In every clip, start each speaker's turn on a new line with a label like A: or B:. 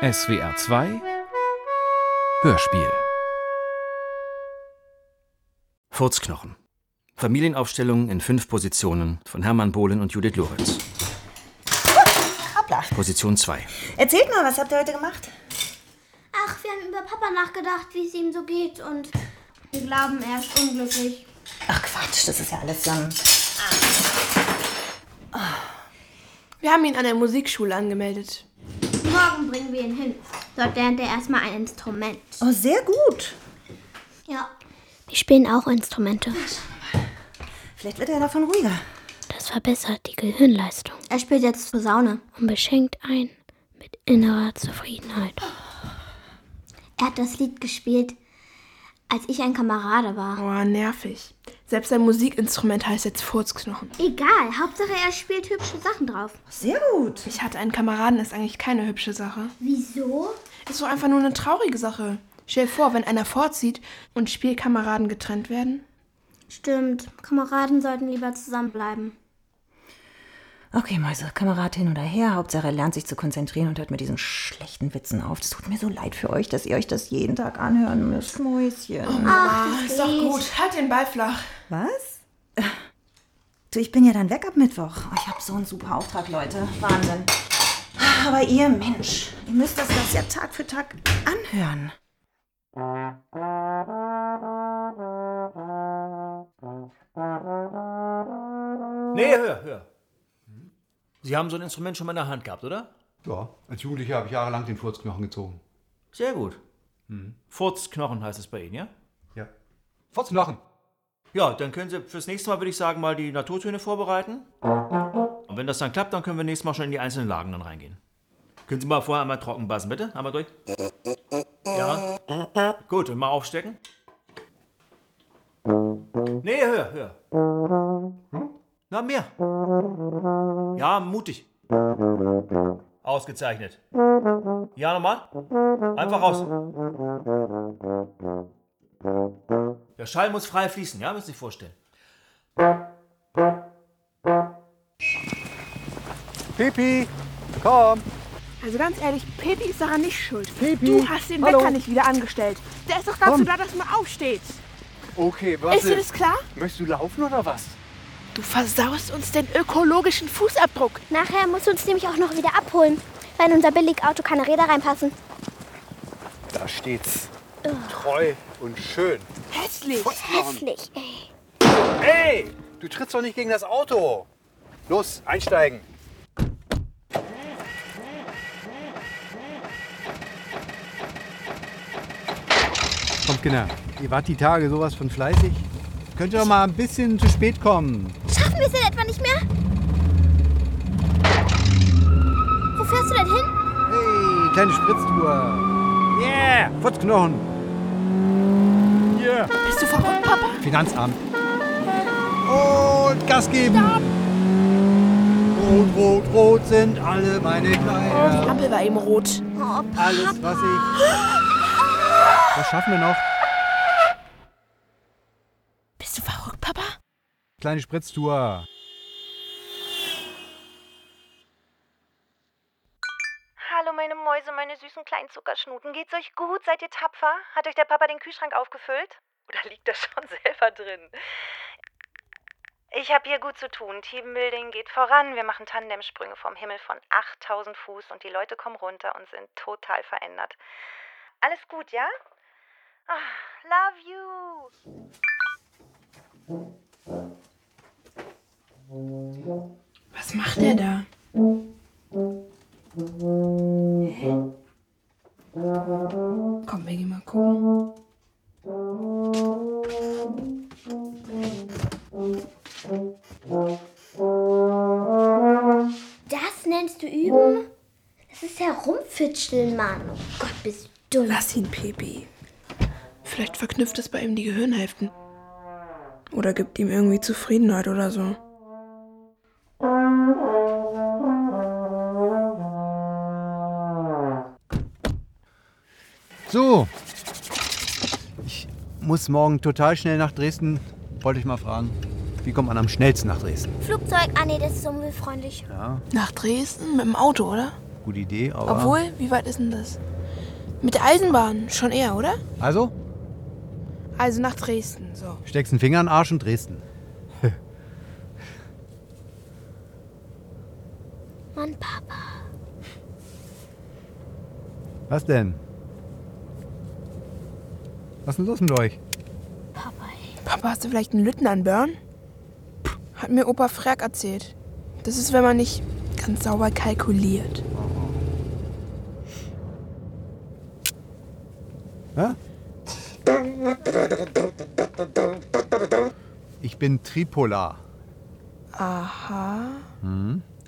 A: SWR 2 Hörspiel
B: Furzknochen. Familienaufstellung in fünf Positionen von Hermann Bohlen und Judith Lorenz.
C: Hoppla.
B: Position 2.
C: Erzählt mal, was habt ihr heute gemacht?
D: Ach, wir haben über Papa nachgedacht, wie es ihm so geht und wir glauben, er ist unglücklich.
C: Ach Quatsch, das ist ja alles ähm,
E: Wir haben ihn an der Musikschule angemeldet.
D: Morgen bringen wir ihn hin. Dort lernt er erstmal ein Instrument.
C: Oh, sehr gut.
D: Ja. Wir spielen auch Instrumente.
C: Vielleicht wird er davon ruhiger.
F: Das verbessert die Gehirnleistung
D: Er spielt jetzt Posaune.
F: und beschenkt ein mit innerer Zufriedenheit.
D: Er hat das Lied gespielt, als ich ein Kamerade war.
E: Oh, nervig. Selbst sein Musikinstrument heißt jetzt Furzknochen.
D: Egal, Hauptsache er spielt hübsche Sachen drauf.
C: Sehr gut.
E: Ich hatte einen Kameraden, ist eigentlich keine hübsche Sache.
D: Wieso?
E: Ist so einfach nur eine traurige Sache. Stell dir vor, wenn einer vorzieht und Spielkameraden getrennt werden.
D: Stimmt, Kameraden sollten lieber zusammenbleiben.
C: Okay, Mäuse, Kamerad hin oder her. Hauptsache, er lernt sich zu konzentrieren und hört mit diesen schlechten Witzen auf. Das tut mir so leid für euch, dass ihr euch das jeden Tag anhören müsst, Mäuschen.
E: Ah, ist doch gut. Halt den Ball flach.
C: Was? Du, ich bin ja dann weg ab Mittwoch. Oh, Ich habe so einen super Auftrag, Leute. Wahnsinn. Aber ihr, Mensch, ihr müsst das, das ja Tag für Tag anhören.
G: Nee, hör, hör. Sie haben so ein Instrument schon mal in der Hand gehabt, oder?
H: Ja, als Jugendlicher habe ich jahrelang den Furzknochen gezogen.
G: Sehr gut. Furzknochen heißt es bei Ihnen, ja?
H: Ja. Furzknochen!
G: Ja, dann können Sie fürs nächste Mal, würde ich sagen, mal die Naturtöne vorbereiten. Und wenn das dann klappt, dann können wir nächstes Mal schon in die einzelnen Lagen dann reingehen. Können Sie mal vorher einmal trocken bassen, bitte? Einmal durch. Ja. Gut, und mal aufstecken. Nee, hör, hör. Na, mehr. Ja, mutig. Ausgezeichnet. Ja, nochmal. Einfach raus. Der Schall muss frei fließen, ja, müssen Sie sich vorstellen.
H: Pipi, komm!
E: Also ganz ehrlich, Pepi ist daran nicht schuld. Du hast den Wecker nicht wieder angestellt. Der ist doch dazu da, dass man aufsteht.
H: Okay,
E: ist dir das klar?
H: Möchtest du laufen oder was?
E: Du versaust uns den ökologischen Fußabdruck.
D: Nachher musst du uns nämlich auch noch wieder abholen, weil in unser Billigauto keine Räder reinpassen.
H: Da steht's. Treu und schön.
E: Hässlich.
D: Hässlich.
H: Hey! Du trittst doch nicht gegen das Auto! Los, einsteigen! Kommt, Kinder. Ihr wart die Tage sowas von fleißig. Könnt ihr doch mal ein bisschen zu spät kommen.
D: Schaffen wir es denn etwa nicht mehr? Wo fährst du denn hin?
H: Hey, kleine Spritztour. Yeah! Futzknochen. Yeah!
E: Bist du verrückt, Papa?
H: Finanzamt. Und Gas geben. Rot, rot, rot sind alle meine
E: Die
H: Kleider.
E: Ampel war eben rot.
H: Alles, was ich... Was schaffen wir noch?
E: Bist du verrückt, Papa?
H: Kleine Spritztour.
I: Hallo meine Mäuse, meine süßen kleinen Zuckerschnuten. Geht's euch gut? Seid ihr tapfer? Hat euch der Papa den Kühlschrank aufgefüllt? Oder liegt er schon selber drin? Ich habe hier gut zu tun. Teambuilding geht voran. Wir machen Tandemsprünge vom Himmel von 8000 Fuß und die Leute kommen runter und sind total verändert. Alles gut, ja? Ah, love you.
E: Was macht der da? Komm, wir gehen mal gucken.
D: Das nennst du üben? Das ist herumfitscheln, Mann. Oh Gott, bist du dumm.
E: Lass ihn, Pepe. Vielleicht verknüpft es bei ihm die Gehirnhälften. Oder gibt ihm irgendwie Zufriedenheit oder so.
H: So. Ich muss morgen total schnell nach Dresden. Wollte ich mal fragen. Wie kommt man am schnellsten nach Dresden?
D: Flugzeug, ah nee, das ist unwillfreundlich.
E: Nach Dresden? Mit dem Auto, oder?
H: gute Idee, aber.
E: Obwohl, wie weit ist denn das? Mit der Eisenbahn schon eher, oder?
H: Also,
E: Also nach Dresden, so.
H: steckst einen Finger in den Arsch und Dresden.
D: Mann, Papa.
H: Was denn? Was ist denn los mit euch?
E: Papa, hast du vielleicht einen Lütten an Burn? Hat mir Opa Frerk erzählt. Das ist, wenn man nicht ganz sauber kalkuliert.
H: Hä? Ich bin tripolar.
E: Aha.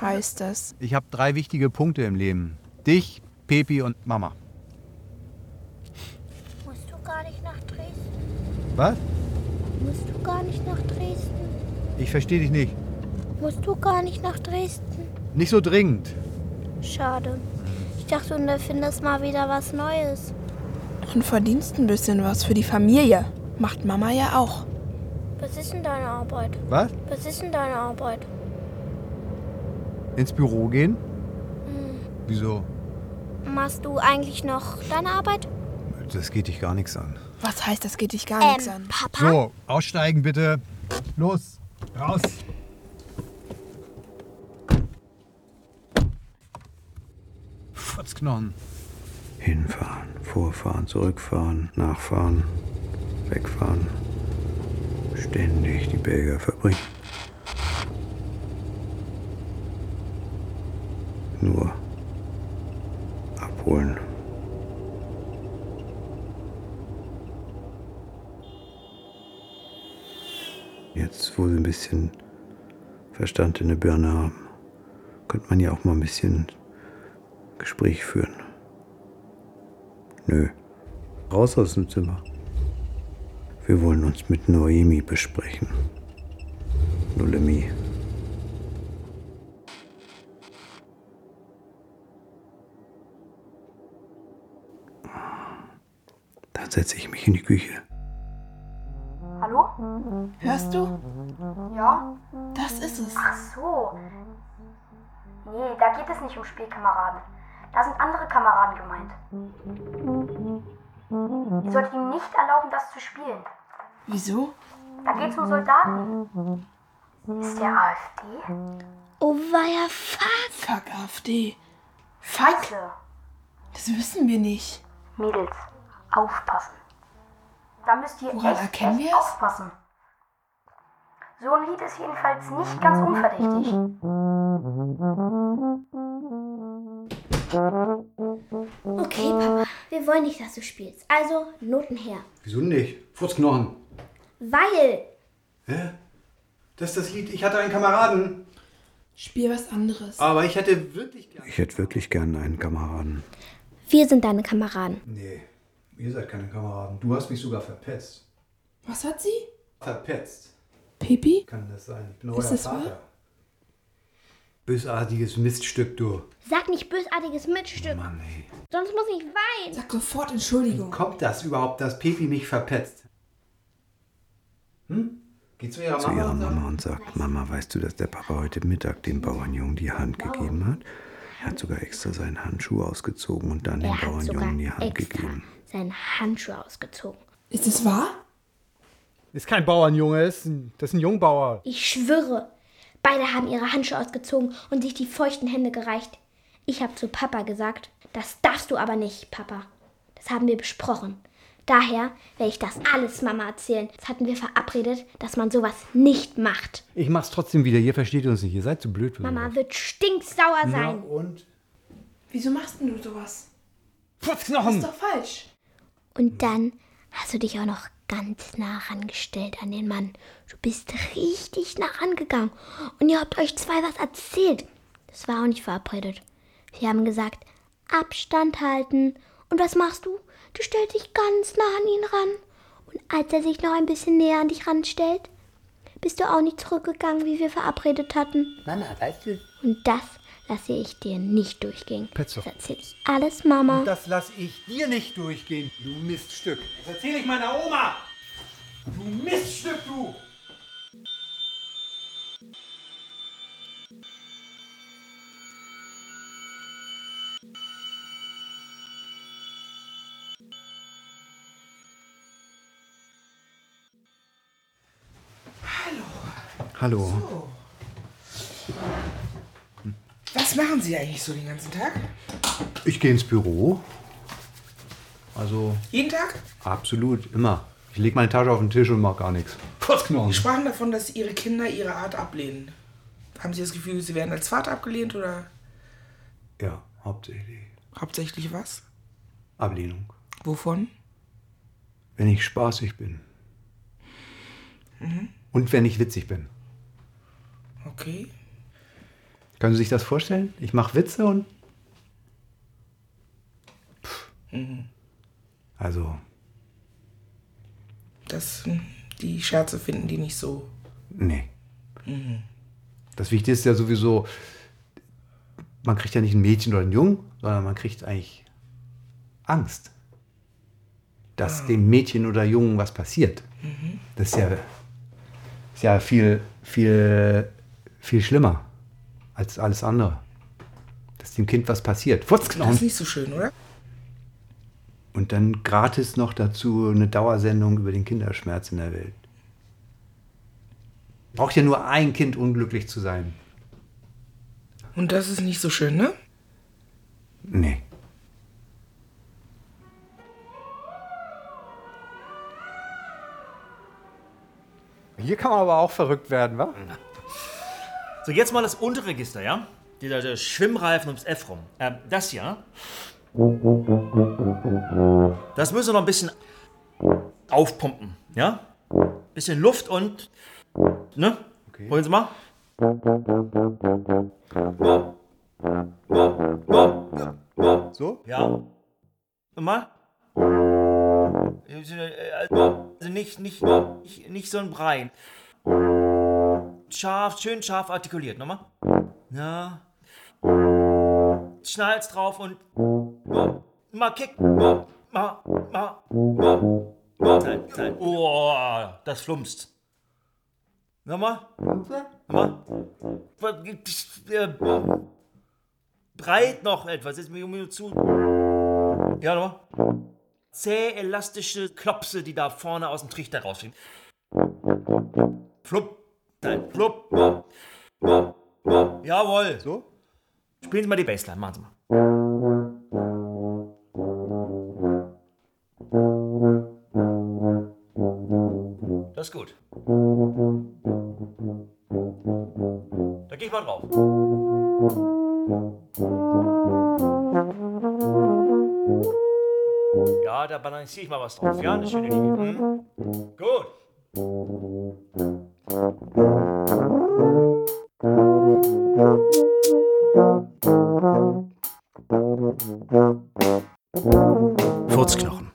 E: Heißt das?
H: Ich habe drei wichtige Punkte im Leben. Dich, Pepi und Mama.
J: Musst du gar nicht nach Dresden?
H: Was?
J: Musst du gar nicht nach Dresden?
H: Ich verstehe dich nicht.
J: Musst du gar nicht nach Dresden?
H: Nicht so dringend.
J: Schade. Ich dachte, du erfindest mal wieder was Neues.
E: Und verdienst ein bisschen was für die Familie. Macht Mama ja auch.
J: Was ist denn deine Arbeit?
H: Was?
J: Was ist denn deine Arbeit?
H: Ins Büro gehen? Wieso?
J: Machst du eigentlich noch deine Arbeit?
H: Das geht dich gar nichts an.
E: Was heißt, das geht dich gar nichts an.
J: Papa?
H: So, aussteigen bitte. Los, raus. Furzknochen.
K: Hinfahren, vorfahren, zurückfahren, nachfahren, wegfahren. Ständig die Belgier verbringen. Nur abholen. Jetzt, wo sie ein bisschen Verstand in der Birne haben, könnte man ja auch mal ein bisschen Gespräch führen. Nö. Raus aus dem Zimmer. Wir wollen uns mit Noemi besprechen. Nolemi. Dann setze ich mich in die Küche.
F: Hallo?
E: Hörst du?
F: Ja?
E: Das ist es.
F: Ach so. Nee, da geht es nicht um Spielkameraden. Da sind andere Kameraden gemeint. Ihr solltet ihm nicht erlauben, das zu spielen.
E: Wieso?
F: Da geht's um Soldaten. Ist der AfD?
D: Oh, weia, fuck.
E: Fuck AfD. Fuck.
F: Scheiße.
E: Das wissen wir nicht.
F: Mädels, aufpassen. Da müsst ihr
E: Woran
F: echt,
E: erkennen
F: echt
E: wir es?
F: aufpassen. So ein Lied ist jedenfalls nicht ganz unverdächtig.
J: Okay, Papa. Wir wollen nicht, dass du spielst. Also, Noten her.
H: Wieso nicht? Furzknochen.
J: Weil.
H: Das ist das Lied. Ich hatte einen Kameraden,
E: Spiel was
L: Ah.
E: anderes.
H: aber ich hätte wirklich gerne.
K: Ich hätte wirklich gern einen Kameraden.
D: Wir sind deine Kameraden.
H: Nee, ihr seid keine Kameraden. Du hast mich sogar verpetzt.
E: Was hat sie?
H: Verpetzt.
E: Pipi?
H: Kann das sein? Ich bin
E: Ist
H: euer
E: das
H: Vater.
E: wahr?
H: Bösartiges Miststück, du.
J: Sag nicht bösartiges Mitstück.
H: Mann, ey.
J: Sonst muss ich weinen.
E: Sag sofort Entschuldigung.
H: Kommt das überhaupt, dass Pepi mich verpetzt? Hm? Geh zu ihrer
K: zu
H: Mama.
K: ihrer
H: und sag-
K: Mama und sagt, Mama, weißt du, dass der Papa heute Mittag dem Bauernjungen die Hand gegeben hat? Er hat sogar extra seinen Handschuh ausgezogen und dann dem
D: Er hat sogar
K: Bauernjungen die Hand
D: extra
K: gegeben.
D: seinen Handschuh ausgezogen.
E: Ist es wahr?
H: Ist kein Bauernjunge, ist ein, das ist ein Jungbauer.
D: Ich schwöre. Beide haben ihre Handschuhe ausgezogen und sich die feuchten Hände gereicht. Ich habe zu Papa gesagt, das darfst du aber nicht, Papa. Das haben wir besprochen. Daher werde ich das alles Mama erzählen. Das hatten wir verabredet, dass man sowas nicht macht.
H: Ich mach's trotzdem wieder. Ihr versteht uns nicht. Ihr seid zu blöd. für
D: Mama wird stinksauer
H: sowas. Ja,
D: sein.
H: und?
E: Wieso machst denn du sowas?
H: Futzknochen!
E: Ist doch falsch.
D: Und dann hast du dich auch noch ganz nah rangestellt an den Mann. Du bist richtig nah rangegangen. Und ihr habt euch zwei was erzählt. Das war auch nicht verabredet. Wir haben gesagt, Abstand halten. Und was machst du? Du stellst dich ganz nah an ihn ran. Und als er sich noch ein bisschen näher an dich ranstellt, bist du auch nicht zurückgegangen, wie wir verabredet hatten.
L: Mama, weißt du,
D: Und das lasse ich dir nicht durchgehen.
H: Petzo.
D: Das erzähle ich alles Mama.
H: Das lass ich dir nicht durchgehen, du Miststück. Das erzähle ich meiner Oma. Du Miststück, du.
K: Hallo.
L: Was machen Sie eigentlich so den ganzen Tag?
K: Ich gehe ins Büro. Also
L: Jeden Tag?
K: absolut immer. Ich lege meine Tasche auf den Tisch und mache gar nichts.
L: Sie sprachen davon, dass Ihre Kinder Ihre Art ablehnen. Haben Sie das Gefühl, Sie werden als Vater abgelehnt oder
K: Ja, hauptsächlich.
L: hauptsächlich was?
K: Ablehnung.
L: Wovon?
K: Wenn ich spaßig bin.
L: Mhm.
K: Und wenn ich witzig bin.
L: Okay.
K: Können Sie sich das vorstellen? Ich mache Witze und.
L: Mhm.
K: Also,
L: Das, die Scherze finden die nicht so.
K: nee.
L: Mhm.
K: Das Wichtige ist ja sowieso, man kriegt ja nicht ein Mädchen oder einen Jungen, sondern man kriegt eigentlich Angst, dass dem Mädchen oder Jungen was passiert.
L: Ah. Mhm.
K: Das ist ja, ist ja viel, viel, viel schlimmer als alles andere. Dass dem Kind was passiert.
L: Das
K: Furzknochen.
L: ist nicht so schön, oder?
K: Und dann gratis noch dazu eine Dauersendung über den Kinderschmerz in der Welt. Braucht ja nur ein Kind unglücklich zu sein.
L: Und das ist nicht so schön, ne?
K: Nee. Hier kann man aber auch verrückt werden, wa?
G: So, jetzt mal das untere Register, ja? Dieser der Schwimmreifen ums F rum. Ähm, das hier, das müssen wir noch ein bisschen aufpumpen, ja? Bisschen Luft und, ne? Holen Sie mal.
K: So?
G: Ja. Nochmal. äh, Also nicht, nicht, nicht, nicht so ein Brei. Scharf, schön scharf artikuliert. Nochmal. Ja. Schnall's drauf und mal kick. Mal, mal. Nein, nein. Oh, das flumst. Nochmal. Nochmal. Äh, Breit noch etwas. Jetzt mir mir zu. Ja, nochmal. Zäh elastische Klopse, die da vorne aus dem Trichter rausgehen. Flupp. Nein, flupp. Jawohl.
K: So?
G: Spielen Sie mal die Bassline, machen Sie mal. Das ist gut. Da gehe ich mal drauf. Ja, da balanciere ich mal was drauf. Ja, eine schöne Linie. Hm. Gut.
B: Furzknochen.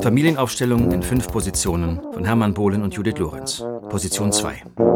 B: Familienaufstellung in fünf Positionen von Hermann Bohlen und Judith Lorenz. Position 2.